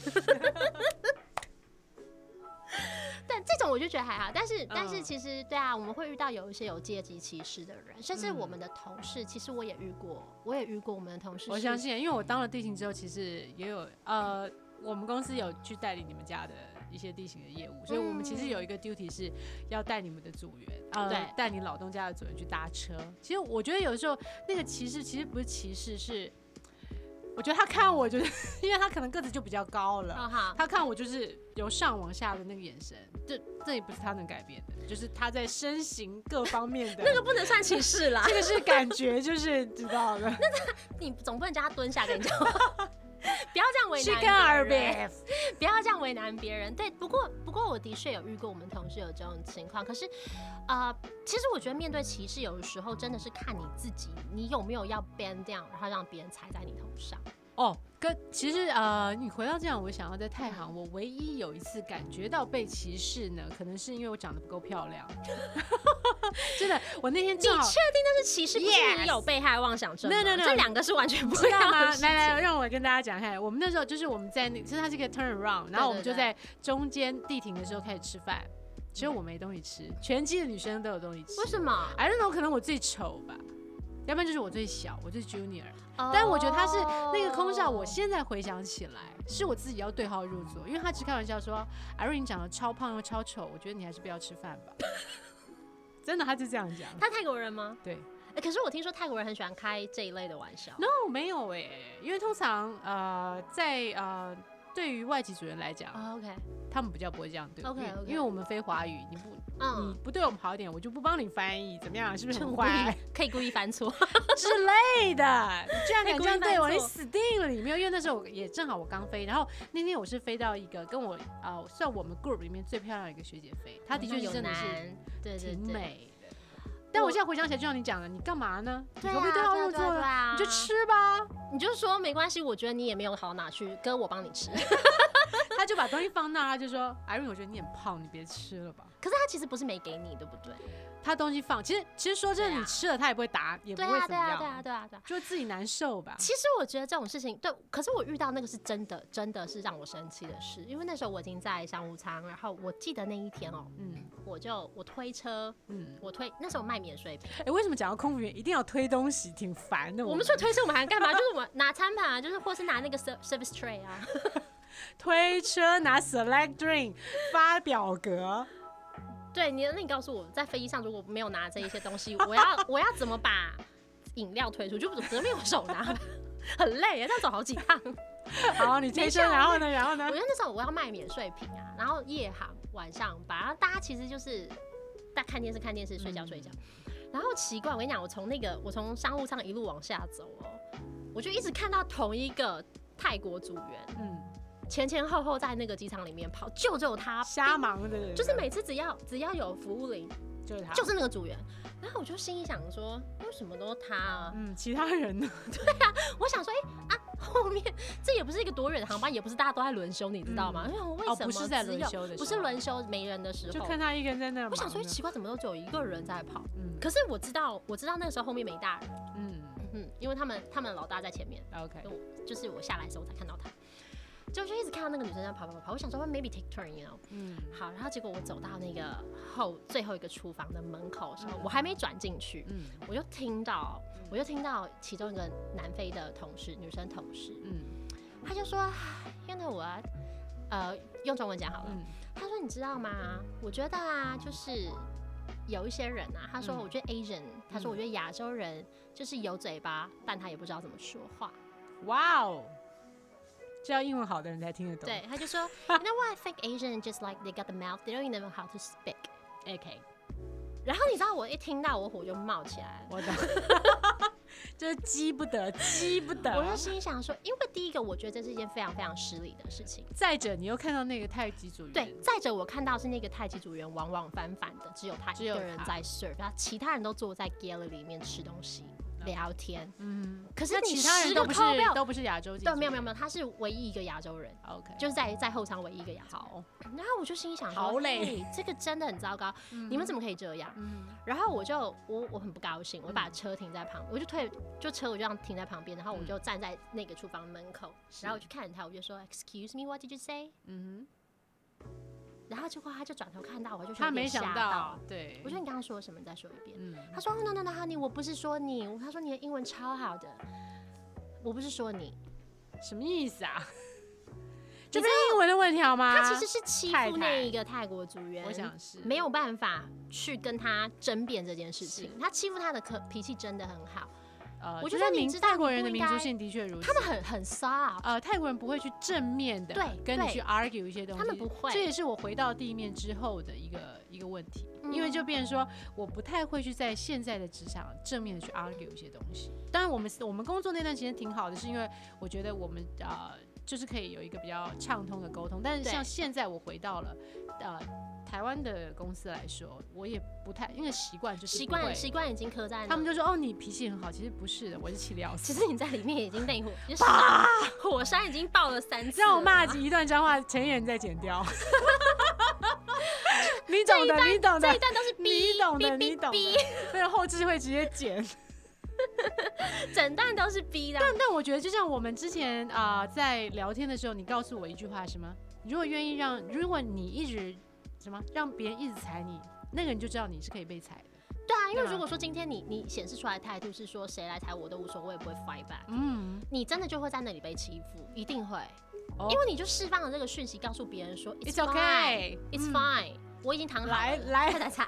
S2: 但这种我就觉得还好，但是但是
S4: 嗯
S2: 其实对啊，我们会遇到有一些有阶级歧视的人，甚至我们的同事，其实我也遇过，我也遇过我们的同事是，
S4: 我相信，因为我当了地形之后，其实也有呃，我们公司有去代理你们家的一些地形的业务，所以我们其实有一个 duty 是要带你们的组员，呃，
S2: 对
S4: 带你老东家的组员去搭车。其实我觉得有时候那个歧视其实不是歧视，是我觉得他看我就是， 因为他可能个子就比较高了。
S2: 啊哈，
S4: 他看我就是由上往下的那个眼神，这这也不是他能改变的，就是他在身形各方面的
S2: 那个不能算歧视啦，
S4: 这个是感觉，就是知道的。
S2: 你总不能叫他蹲下跟你讲话。不要这样为
S4: 去
S2: 难
S4: 跟阿尔
S2: 别人
S4: 贝，
S2: 不要这样为难别人。对，不过不过我的确有遇过我们同事有这种情况，可是，呃，其实我觉得面对歧视，有的时候真的是看你自己，你有没有要 ban down，然后让别人踩在你头上。
S4: 哦，跟其实呃，你回到这样，我想要在太行，我唯一有一次感觉到被歧视呢，可能是因为我长得不够漂亮。 真的，我那天
S2: 你确
S4: 正好
S2: 定那是歧视？不是
S4: Yes
S2: 你有被害妄想症吗
S4: No, no, no
S2: 这两个是完全不一
S4: 知道
S2: 样
S4: 吗
S2: 的？事情。
S4: 来来，让我跟大家讲一下，我们那时候就是我们在那，其实它是一个 turn around，然后我们就在中间地停的时候开始吃饭，只有我没东西吃，全机的女生都有东西吃。
S2: 为什么？
S4: ？I don't know，可能我最丑吧，要不然就是我最小，我最 junior。但
S2: 哦
S4: 我觉得他是那个空少，我现在回想起来，是我自己要对号入座，因为他只开玩笑说：“艾瑞，你长得超胖又超丑，我觉得你还是不要吃饭吧。”真的，他就这样讲。
S2: 他泰国人吗？
S4: 对
S2: 欸可是我听说泰国人很喜欢开这一类的玩笑。
S4: ，No，没有哎、因为通常呃，在呃，对于外籍主人来讲，
S2: o k
S4: 他们比较不会这样对我们
S2: OK，OK
S4: 因为我们非华语，你不、你
S2: 嗯，
S4: 不对我们好一点，我就不帮你翻译，怎么样？是不是
S2: 就
S4: 很
S2: 故意
S4: 坏
S2: 嗯可以故意犯 错。
S4: 之类的？你居然敢
S2: 故
S4: 这
S2: 意
S4: 样对我，
S2: 犯
S4: 你
S2: 错
S4: 死定了！你没有，因为那时候我也正好我刚飞，然后那天我是飞到一个跟我啊、呃算我们 group 里面最漂亮的一个学姐飞，她的确是
S2: 有
S4: 真的
S2: 难
S4: 是，
S2: 对对
S4: 挺
S2: 对，
S4: 美的。但我
S2: 我
S4: 现在回想起来，就像你讲的，你干嘛呢？
S2: 对
S4: 你
S2: 啊，
S4: 何必对
S2: 啊
S4: 号入座
S2: 对
S4: 呢？
S2: 啊，
S4: 你就，吃吧，
S2: 你就说没关系，我觉得你也没有好哪去，哥我帮你 吃。可
S4: 她就把东西放那儿，她就说：“艾瑞，我觉得你很胖，你别吃了吧。”
S2: 是他其实不是没给你，对不对？
S4: 他东西放，其实其实说真
S2: 对
S4: 的，
S2: 啊
S4: 你吃了他也不会打，也不
S2: 对
S4: 会
S2: 啊，
S4: 怎
S2: 对
S4: 么
S2: 啊，
S4: 样，
S2: 对啊，对啊，对啊。
S4: 就自己难受吧。
S2: 其实我觉得这种事情，对，可是我遇到那个是真的，真的是让我生气的事，因为那时候我已经在商务舱，然后我记得那一天哦，
S4: 嗯
S2: 我就我推车，
S4: 嗯，
S2: 我推那时候卖免税 品，
S4: 哎、为什么讲到空服员一定要推东西，挺烦的？
S2: 我
S4: 们
S2: 们说推车我们还干嘛？就是我拿餐盘啊，就是或是拿那个 ser- service tray 啊，
S4: 推车拿 select drink 发表格，
S2: 对，你那你告诉我，在飞机上如果没有拿这一些东西，我要我要怎么把饮料推出？就怎么没有手拿？ 很累啊耶，要走好几趟。我
S4: 好，你推车，
S2: 没效
S4: 然后呢，然后呢
S2: 觉？得那时候我要卖免税品啊，然后夜航晚上吧，然后大家其实就是大家看电视看电视，睡觉
S4: 嗯
S2: 睡觉。然后奇怪，我跟你讲，我从那个我从商务舱一路往下走哦，我就一直看到同一个泰国组员
S4: 嗯，
S2: 前前后后在那个机场里面跑，救救他！
S4: 瞎忙的人，
S2: 就是每次只要只要有服务铃，
S4: 就是他，
S2: 就是那个组员。然后我就心里想说，为什么都他啊？
S4: 嗯，其他人呢？
S2: 我想说，哎、啊，后面这也不是一个多远的航班，也不是大家都在轮休，你知道吗？因为、为
S4: 哦，
S2: 什么
S4: 不
S2: 只有、
S4: 是在轮休的时候，啊
S2: 不是轮休没人的时
S4: 就
S2: 候
S4: 看，他一个人在那儿忙呢。
S2: 我想说哎奇怪，怎么都只有一个人在跑？
S4: 嗯
S2: 可是我知道，我知道那个时候后面没大人，
S4: 嗯
S2: 嗯，因为他们他们老大在前面，
S4: ，OK，
S2: 就是我下来的时候才看到他，就就一直看到那个女生在跑跑跑跑，我想说 maybe take turn，you know，
S4: 嗯
S2: 好，然后结果我走到那个后最后一个厨房的门口的时候，
S4: 嗯
S2: 我还没转进去，
S4: 嗯
S2: 我就听到，我就听到其中一个南非的同事，女生同事，
S4: 嗯
S2: 她就说， 因为我啊，呃，用中文讲好了，
S4: 嗯，
S2: 她说你知道吗？我觉得啊，就是有一些人啊，她说
S4: 嗯
S2: 我觉得 Asian，、她说我觉得亚洲人就是有嘴巴，但她也不知道怎么说话。
S4: 哇哦，只要英文好的人才听得懂。
S2: 对，她就 说，You know what? I think Asian just like they got the mouth, they don't even know how to speak.
S4: ，OK。
S2: 然后你知道我一听到我火就冒起来了。
S4: 我懂， 就是激不得，激不得。
S2: 我就心里想说，因为第一个，我觉得这是一件非常非常失礼的事情。
S4: 再者，你又看到那个太极组员，
S2: 对，再者我看到是那个太极组员往往反反的，只有他
S4: 只
S2: 一
S4: 有
S2: 个人
S4: 他
S2: 在 serve，然后其他人都坐在 gallery 里面吃东西、聊天。
S4: 嗯，
S2: 可是
S4: 那
S2: 你
S4: 其他人
S2: 十
S4: 都
S2: 个
S4: 不是
S2: 靠标，
S4: 都不是亚洲籍
S2: 对，
S4: 组员，
S2: 没有没有没有，他是唯一一个亚洲人，
S4: 有，OK，
S2: 就是在在后场唯一一个亚洲人。
S4: 好，
S2: 然后我就心里想说，
S4: 好累
S2: 嘿，这个真的很糟糕，你们怎么可以这样？
S4: 嗯
S2: 然后我就我我很不高兴，我把车停在旁，我就退，就车我就这样停在旁边，然后我就站在那个厨房门口，然后我就看着他，我就说，Excuse me，what did you say？
S4: 嗯
S2: 然后结果他就转头看到我，就觉
S4: 哼，
S2: 得
S4: 他
S2: 有点
S4: 没想
S2: 吓
S4: 到，对，
S2: 我说你刚刚说什么？你再说一遍。
S4: 嗯，
S2: 他说、哦、No No No Honey，我不是说你，他说你的英文超好的，我不是说你，
S4: 什么意 思啊？
S2: 知
S4: 这
S2: 道
S4: 不是英文的问题好吗？
S2: 他其实是欺
S4: 太
S2: 负
S4: 太
S2: 那一个泰国组员，
S4: 我想是
S2: 没有办法去跟他争辩这件事情
S4: 是。
S2: 他欺负他的可脾气真的很好，
S4: 呃，
S2: 我
S4: 就
S2: 觉得
S4: 是
S2: 你
S4: 民
S2: 知道
S4: 泰国
S2: 你
S4: 人
S2: 不
S4: 的
S2: 应
S4: 民族
S2: 该
S4: 性的确如此，
S2: 他们很很 soft，
S4: 呃，泰国人不会去正面的
S2: 对
S4: 啊跟你
S2: 对
S4: 去 argue 一些东西，
S2: 他们不会
S4: 这也是我回到地面之后的一个一个问题，
S2: 嗯
S4: 因为就变成说，我不太会去在现在的职场正面的去 argue 一些东西。当然，我们我们工作那段时间挺好的，是因为我觉得我们呃就是可以有一个比较畅通的沟通。但是
S2: 对
S4: 像现在我回到了呃台湾的公司来说，我也不太因为习惯就是
S2: 习
S4: 不会
S2: 惯习惯已经刻在那
S4: 他们就说哦你脾气很好，其实不是的，我是气得要
S2: 其
S4: 死。
S2: 实你在里面已经内火，就是火山已经爆了三次了吧。
S4: 让我骂一段脏话，陈演再剪 掉。你懂的，你懂的
S2: 这一，段都是
S4: 你
S2: 逼
S4: 懂
S2: 逼
S4: 的，
S2: 逼
S4: 你懂
S2: 逼
S4: 的，那个后置会直接剪。
S2: 整段都是逼的。
S4: 但我觉得，就像我们之前啊、在聊天的时候，你告诉我一句话，什么？如果愿意让，如果你一直什么让别人一直踩你，那个人就知道你是可以被踩的。
S2: 对啊，因为
S4: 对吧
S2: 如果说今天你你显示出来的态度是说谁来踩我都无所谓，不会 fight back，
S4: 嗯，
S2: 你真的就会在那里被欺负，一定会，
S4: 哦
S2: 因为你就释放了这个讯息，告诉别人说
S4: It's
S2: fine,
S4: okay，
S2: it's
S4: 嗯
S2: fine，、我已经躺好了
S4: 来来
S2: 快来 踩。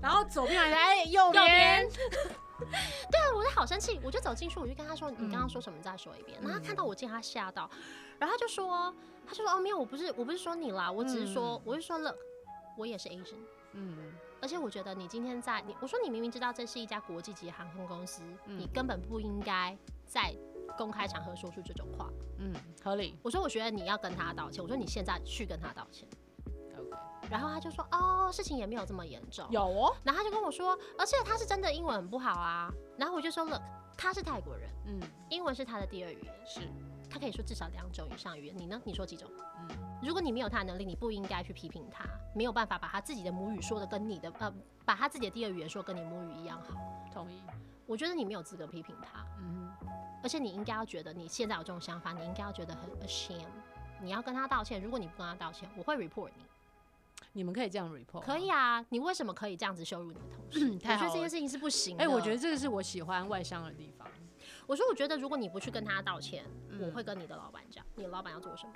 S4: 然后左边来，哎，右
S2: 右
S4: 边
S2: 边，对啊，我就好生气，我就走进去，我就跟他说：“你
S4: 嗯
S2: 刚刚说什么？你再说一遍。”然后他看到我进，他吓到，然后他就说：“他就说哦，没有，我不是，我不是说你啦，我只是说，我是说 look，我也是 Asian，
S4: 嗯，
S2: 而且我觉得你今天在你，我说你明明知道这是一家国际级航空公司，
S4: 嗯
S2: 你根本不应该在公开场合说出这种话。
S4: 嗯，合理。
S2: 我说我觉得你要跟他道歉，我说你现在去跟他道歉。
S4: OK，
S2: 然后他就说哦，事情也没有这么严重。
S4: 有哦，
S2: 然后他就跟我说，而且他是真的英文很不好啊。然后我就说 look，他是泰国人，
S4: 嗯，
S2: 英文是他的第二语言，
S4: 是，
S2: 他可以说至少两种以上语言。你呢？你说几种？
S4: 嗯，
S2: 如果你没有他的能力，你不应该去批评他，没有办法把他自己的母语说的跟你的呃，把他自己的第二语言说跟你母语一样好。
S4: 同意。
S2: 我觉得你没有资格批评他，
S4: 嗯
S2: 而且你应该要觉得你现在有这种想法，你应该要觉得很 ashamed，你要跟他道歉。如果你不跟他道歉，我会 report 你。
S4: 哼，你们可以这样 report，
S2: 可以
S4: 啊。
S2: 啊，你为什么可以这样子羞辱你的同事？
S4: 嗯太
S2: 我觉得
S4: 好
S2: 这件
S4: 了
S2: 事情是不行的。
S4: 哎，我觉得这个是我喜欢外商的地方。
S2: 我说，我觉得如果你不去跟他道歉，
S4: 嗯
S2: 我会跟你的老板讲，你的老板要做什么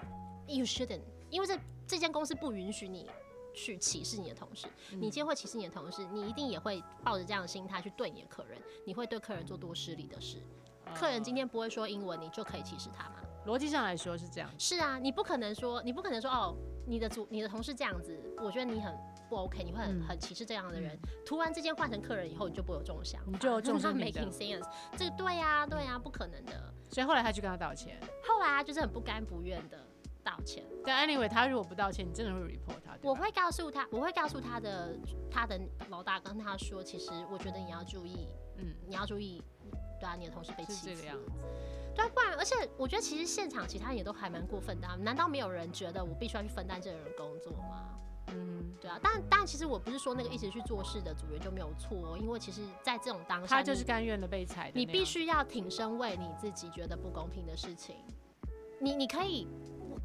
S2: ？You shouldn't，因为这这间公司不允许你去歧视你的同事。
S4: 嗯
S2: 你今天会歧视你的同事，你一定也会抱着这样的心态去对你的客人，你会对客人做多失礼的事。
S4: 哦
S2: 客人今天不会说英文，你就可以歧视他吗？
S4: 呃逻辑上来说是这样，
S2: 是啊，你不可能说，你不可能说哦，你的主你的同事这样子，我觉得你很不 OK，你会很、
S4: 嗯
S2: 很歧视这样的人。突然之间换成客人以后，你就不会有这种想法，
S4: 你就 有这种
S2: 那
S4: 心理的
S2: making sense，这个对呀、对啊呀、不可能的。
S4: 所以后来他去跟他道歉。
S2: 后来啊他就是很不甘不愿的道歉，
S4: 但 anyway，他如果不道歉，你真的会 report 他。对吧
S2: 我会告诉他，我会告诉他的他的老大跟他说，其实我觉得你要注意，
S4: 嗯，
S2: 你要注意，对啊，你的同事被
S4: 是
S2: 欺
S4: 这
S2: 负
S4: 个。样子。
S2: 对啊，不然，而且我觉得其实现场其他人也都还蛮过分的、啊，难道没有人觉得我必须要去分担这个人的工作吗？
S4: 嗯，
S2: 对啊，但但其实我不是说那个一直去做事的组员就没有错、哦，因为其实在这种当下，
S4: 他就是
S2: 你
S4: 甘愿的被踩的那
S2: 你
S4: 样。
S2: 必须要挺身为你自己觉得不公平的事情，你你可以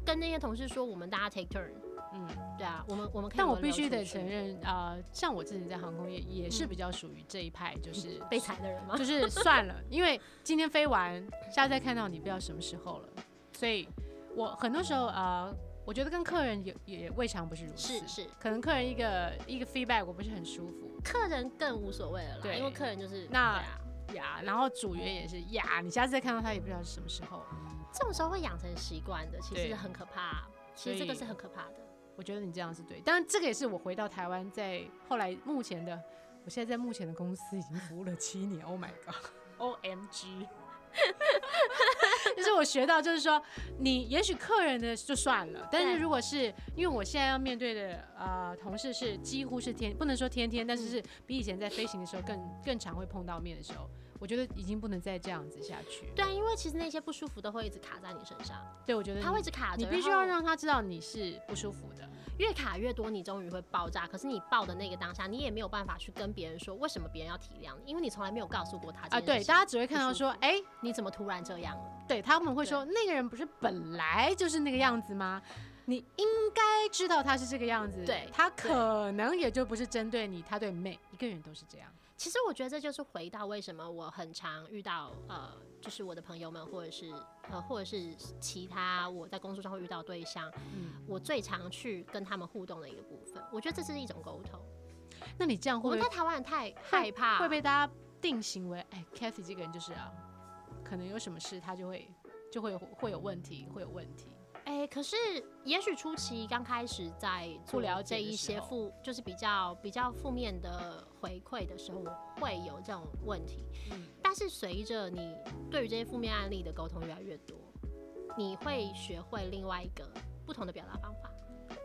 S2: 跟那些同事说，我们大家 take turn，
S4: 嗯，
S2: 对啊，我们我们可以
S4: 但我
S2: 轮流
S4: 必须
S2: 出
S4: 得
S2: 去
S4: 承认啊、呃像我之前在航空业也是
S2: 嗯
S4: 比较属于这一派，就是
S2: 被踩的人吗？
S4: 就是算了，因为今天飞完，下次再看到你不知道什么时候了。所以我很多时候呃，我觉得跟客人也也未尝不是如此。
S2: 是是，
S4: 可能客人一个一个 feedback 我不是很舒服
S2: 客人更无所谓了啦，
S4: 对
S2: 因为客人就是
S4: 那
S2: 对啊
S4: 呀，然后组员也是呀，你下次再看到他也不知道是什么时候。
S2: 这种时候会养成习惯的，其实
S4: 对
S2: 很可怕。其实这
S4: 所以
S2: 个是很可怕的。
S4: 我觉得你这样是对，当然这个也是我回到台湾在后来目前的，我现在在目前的公司已经服务了七年，Oh my god，O M G，就是我学到 就是说，你也许客人的就算了，但
S2: 对
S4: 是如果是因为我现在要面对的呃同事是几乎是天，不能说天天，但是是比以前在飞行的时候更更常会碰到面的时候，我觉得已经不能再这样子下去。
S2: 对啊，因为其实那些不舒服都会一直卡在你身上，
S4: 对，我觉得
S2: 它会一直卡着，
S4: 你必须要
S2: 然后
S4: 让他知道你是不舒服的。
S2: 越卡越多，你终于会爆炸。可是你爆的那个当下，你也没有办法去跟别人说为什么别人要体谅你，因为你从来没有告诉过他这
S4: 啊，
S2: 件
S4: 对，
S2: 事情
S4: 大家只会看到说，哎、
S2: 你怎么突然这样了？
S4: 对他们会说那个人不是本来就是那个样 子吗？你应该知道他是这个样子，
S2: 对
S4: 他可能也就不是针对你，他对每一个人都是这样。
S2: 其实我觉得这就是回到为什么我很常遇到呃，就是我的朋友们，或者是呃，或者是其他我在工作上会遇到的对象，
S4: 嗯，
S2: 我最常去跟他们互动的一个部分。我觉得这是一种沟通。
S4: 那你这样
S2: 我
S4: 会
S2: 们
S4: 不
S2: 在
S4: 会
S2: 台湾人太害怕，
S4: 会被大家定型为，哎，Kathy 这个人就是啊，可能有什么事他就会就会有会有问题，会有问题。
S2: 哎、可是也许初期刚开始在做
S4: 不了解
S2: 这
S4: 的
S2: 一
S4: 时
S2: 些
S4: 候
S2: 负，就是比较比较负面的回馈的时候，我会有这种问题。
S4: 嗯
S2: 但是随着你对于这些负面案例的沟通越来越多，你会学会另外一个不同的表达方法。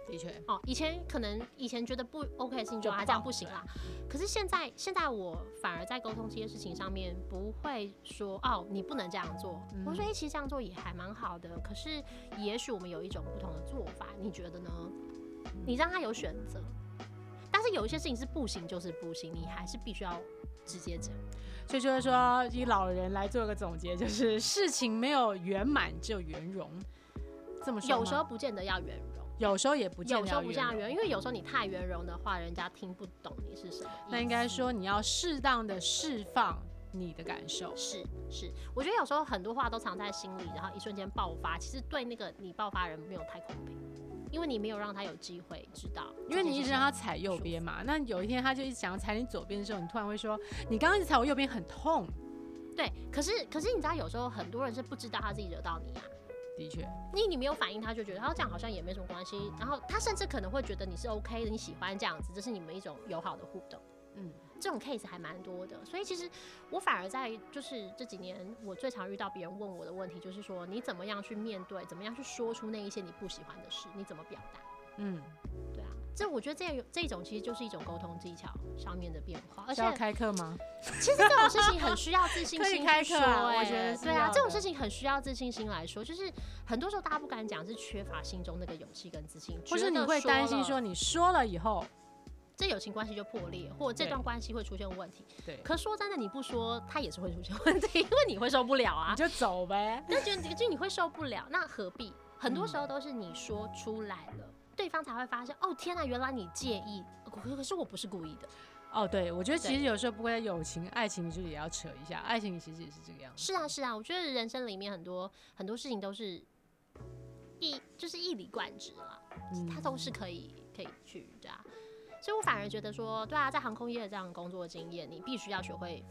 S4: 的确，
S2: 哦，以前可能以前觉得不 OK 的事情就
S4: 就
S2: 啊这样
S4: 爆
S2: 不行啦，可是现在现在我反而在沟通这些事情上面不会说哦你不能这样做，
S4: 嗯
S2: 我会说哎、其实这样做也还蛮好的，可是也许我们有一种不同的做法，你觉得呢？你让他有选择，但是有一些事情是不行就是不行，你还是必须要直接讲。
S4: 所以就是说，以老人来做个总结，就是事情没有圆满，只有圆融。这么说吗，
S2: 有时候不见得要圆融，
S4: 有时候也不见
S2: 有
S4: 得
S2: 时
S4: 要
S2: 候不
S4: 圆
S2: 见得要
S4: 融。
S2: 圆，因为有时候你太圆融的话，人家听不懂你是什么意思。
S4: 那应该说，你要适当的释放你的感受。
S2: 是是，我觉得有时候很多话都藏在心里，然后一瞬间爆发，其实对那个你爆发的人没有太公平，因为你没有让他有机会知道这件事情，
S4: 因为你一直让他踩右边嘛，那有一天他就一直想要踩你左边的时候，你突然会说：“你刚刚一直踩我右边很痛。
S2: 对，可是可是你知道，有时候很多人是不知道他自己惹到你啊，”
S4: 的确，
S2: 你你没有反应，他就觉得他哦这样好像也没什么关系，然后他甚至可能会觉得你是 OK 的，你喜欢这样子，这是你们一种友好的互动。
S4: 嗯，
S2: 这种 case 还蛮多的，所以其实我反而在就是这几年，我最常遇到别人问我的问题就是说，你怎么样去面对，怎么样去说出那一些你不喜欢的事，你怎么表达？
S4: 嗯，
S2: 对啊，这我觉得这这种其实就是一种沟通技巧上面的变化，而且
S4: 是要开课吗？
S2: 其实这种事情很需要自信
S4: 可
S2: 心
S4: 以
S2: 去
S4: 开
S2: 说、
S4: 课啊
S2: 哎
S4: 我觉得是
S2: 对啊
S4: 要，的
S2: 这种事情很需要自信心来说，就是很多时候大家不敢讲，是缺乏心中那个勇气跟自信，
S4: 或是
S2: 觉
S4: 你
S2: 得
S4: 会担心
S2: 了
S4: 说你说了以后，
S2: 这友情关系就破裂，或者这
S4: 对
S2: 段关系会出现问题。
S4: 对
S2: 可说真的，你不说，它也是会出现问题，因为你会受不了啊
S4: 你。就走呗。
S2: 那就就你会受不了，那何必？很多时候都是你说出来了，对方才会发现。哦，天哪，原来你介意，可可是我不是故意的。
S4: 哦，对，我觉得其
S2: 对
S4: 实有时候不管友情、爱情，就是也要扯一下。爱情其实也是这个样子。
S2: 是啊，是啊，我觉得人生里面很多很多事情都是一就是一理贯之啦，
S4: 嗯
S2: 它都是可以可以去对啊。所以我反而觉得说，对啊，在航空业这样的工作经验，你必须要学会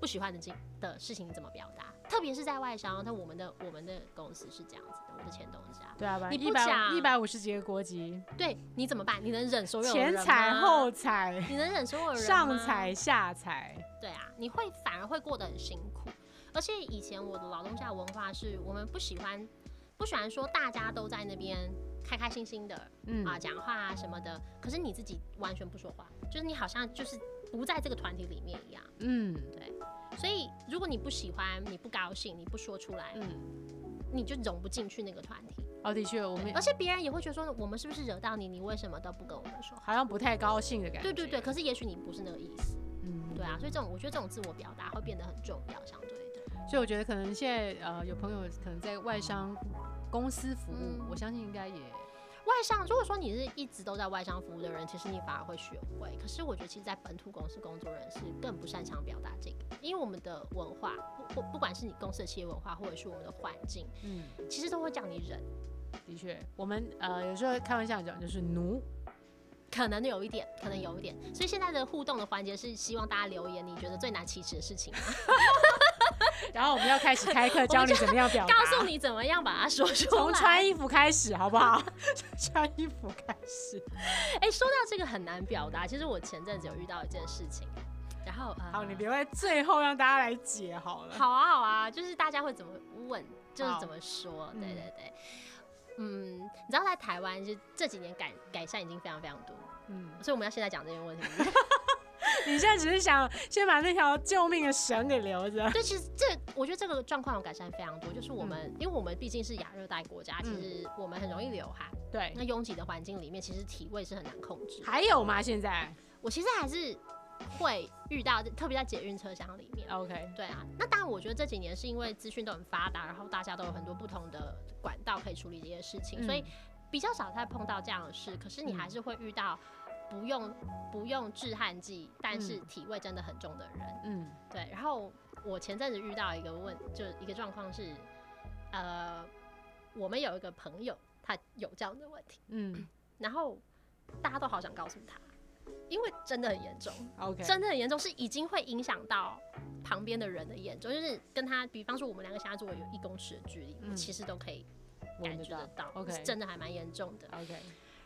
S2: 不喜欢的经的事情你怎么表达，特别是在外商，但我们的我们的公司是这样子的，我的前东家，
S4: 对啊，
S2: 你
S4: 一
S2: 不
S4: 百
S2: 讲
S4: 一百五十几个国籍，
S2: 对你怎么办？你能忍所有人
S4: 前
S2: 吗
S4: 踩、后踩、
S2: 你能忍所有人
S4: 上
S2: 吗
S4: 踩、下踩，
S2: 对啊，你会反而会过得很辛苦。而且以前我的劳动下文化是我们不喜欢，不喜欢说大家都在那边开开心心的
S4: 嗯
S2: 啊，讲话啊什么的，可是你自己完全不说话，就是你好像就是不在这个团体里面一样。
S4: 嗯
S2: 所以如果你不喜欢，你不高兴，你不说出来，
S4: 嗯。
S2: 你就融不进去那个团体。
S4: 哦，的确，我
S2: 对
S4: 们
S2: 而且别人也会觉得说，我们是不是惹到你？你为什么都不跟我们说？
S4: 好像不太高兴的感觉。
S2: 对对对，，可是也许你不是那个意思，
S4: 嗯，
S2: 对啊，所以这种我觉得这种自我表达会变得很重要，相对的。
S4: 所以我觉得可能现在呃有朋友可能在外商公司服务，
S2: 嗯
S4: 我相信应该也
S2: 外商，如果说你是一直都在外商服务的人，其实你反而会学会。可是我觉得，其实，在本土公司工作人是更不擅长表达这个，因为我们的文化，不不不管是你公司的企业文化，或者是我们的环境，
S4: 嗯
S2: 其实都会叫你忍，
S4: 的确，我们呃有时候开玩笑讲就是奴，
S2: 可能有一点，可能有一点。所以现在的互动的环节是希望大家留言，你觉得最难启齿的事情，
S4: 然后我们要开始开课教你怎么样 表达，
S2: 告诉你怎么样把它说出来。
S4: 从穿衣服开始好不好？ 穿衣服开 始。
S2: 哎、说到这个很难表达，其实我前阵子有遇到一件事情，然后呃，
S4: 好，你别在最后让大家来解好 了。
S2: 好啊，好啊，就是大家会怎么问，就是
S4: 好
S2: 怎么说，
S4: 嗯
S2: 对对对。嗯，你知道在台湾，就这几年改改善已经非常非常多，
S4: 嗯，
S2: 所以我们要现在讲这些问题。
S4: 你现在只是想先把那条救命的绳给留着。
S2: 对，其实这我觉得这个状况有改善非常多，就是我们、因为我们毕竟是亚热带国家，其
S4: 嗯
S2: 实我们很容易流汗，
S4: 对，
S2: 那拥挤的环境里面，其实体味是很难控制。
S4: 还有吗？现在
S2: 我其实还是会遇到，特别在捷运车厢里面。
S4: OK，
S2: 对啊，那当然，我觉得这几年是因为资讯都很发达，然后大家都有很多不同的管道可以处理这些事情，所以比较少再碰到这样的事。可是你
S4: 嗯
S2: 还是会遇到不用不用制汗剂，但是体味真的很重的人。
S4: 嗯
S2: 对，然后我前阵子遇到一个问，就一个状况是，呃，我们有一个朋友他有这样的问题，
S4: 嗯
S2: 然后大家都好想告诉他，因为真的很严重。
S4: ，OK，
S2: 真的很严重，是已经会影响到旁边的人的眼中，就是跟他，比方说我们两个现在坐有一公尺的距离，
S4: 嗯
S2: 我其实都可以感
S4: 闻
S2: 觉得到，
S4: OK
S2: 是真的还蛮严重的。
S4: OK。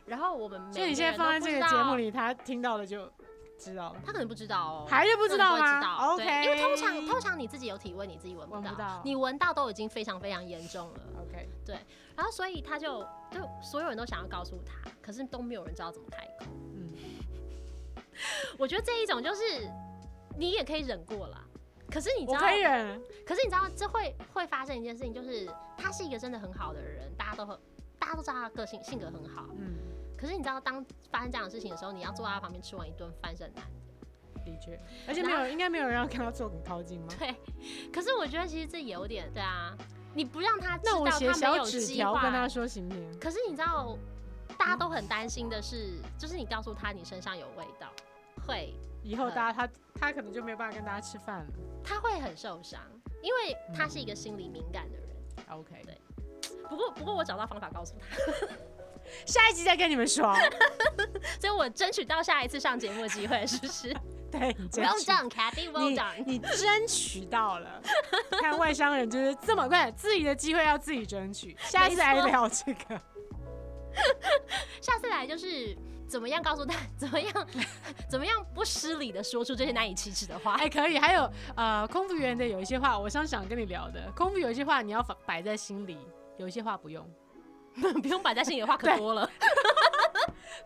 S2: 然后我们每
S4: 所以你
S2: 个
S4: 现在
S2: 人
S4: 放
S2: 都
S4: 在
S2: 不
S4: 这
S2: 知
S4: 个节
S2: 道
S4: 目，里，他听到的就
S3: 知道了，
S2: 他可能不知道哦，
S3: 还是不知道
S2: 他可能
S3: 吗
S2: 不会知道对因为通常
S3: OK
S2: 通常你自己有体味，你自己闻不
S3: 闻
S2: 到，
S3: 不到
S2: 你闻到都已经非常非常严重了。
S3: ？OK，
S2: 然后所以他就就所有人都想要告诉他，可是都没有人知道怎么开口。
S3: 嗯，
S2: 我觉得这一种就是你也可以忍过啦，可是你知
S3: 我
S2: 道，
S3: 可以忍，
S2: 可是你知道这会会发生一件事情，就是他是一个真的很好的人，大家都很大家都知道他的个性性格很好，
S3: 嗯，
S2: 可是你知道当发生这样的事情的时候，你要坐在他旁边吃完一顿饭是很难的。
S3: 的确，而且没有，应该没有人要跟他坐很靠近吗？
S2: 对，可是我觉得其实这有点对啊，你不让他知
S3: 那
S2: 道
S3: 我写
S2: 他没
S3: 小
S2: 有
S3: 纸
S2: 计
S3: 条
S2: 划，
S3: 跟他说行不行？
S2: 可是你知道，大家都很担心的是，就是你告诉他你身上有味道，会
S3: 以
S2: 嗯
S3: 后大家他他可能就没有办法跟大家吃饭了。
S2: 他会很受伤，因为他是一个心理敏感的人。
S3: OK，
S2: 不过不过我找到方法告诉 他，
S3: 下一集再跟你们说。
S2: 所以我争取到下一次上节目的机会，是不是
S3: 对， 你争
S2: ？Well
S3: 取
S2: done，Cathy，Well
S3: 你
S2: done。
S3: 你争取到了，看外商人就是这么快，自己的机会要自己争取，下一次还聊这个。
S2: 下次来就是怎么样告诉他， 怎么样怎么样不失礼的说出这些难以启齿的话。
S3: 哎
S4: 还哎可以，还有呃，空服员的有一些话，我上次想跟你聊的，空服有一些话你要放摆在心里，有一些话不用
S2: 不用摆在心里的话可多了。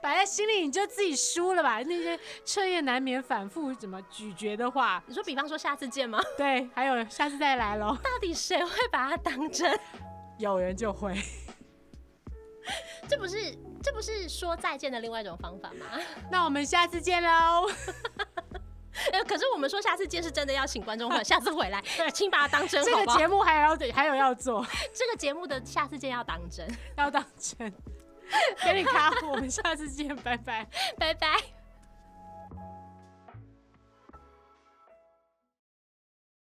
S4: 摆在心里，你就自己输了吧。那些彻夜难眠、反复怎么咀嚼的话，
S2: 你说，比方说下次见吗？
S4: 对，还有下次再来喽。
S2: 到底谁会把它当真？
S3: 有人就会，
S2: 这不是这不是说再见的另外一种方法 吗？
S4: 那我们下次见喽，
S2: 哎、可是我们说下次见是真的要请观 众回，下次回来，请把它当真
S4: 这
S2: 好不
S4: 个
S2: 好？
S4: 节目还要还有要做，
S2: 这个节目的下次见要当真，
S4: 要当真。给你卡，我们下次见，拜拜。
S2: 拜拜。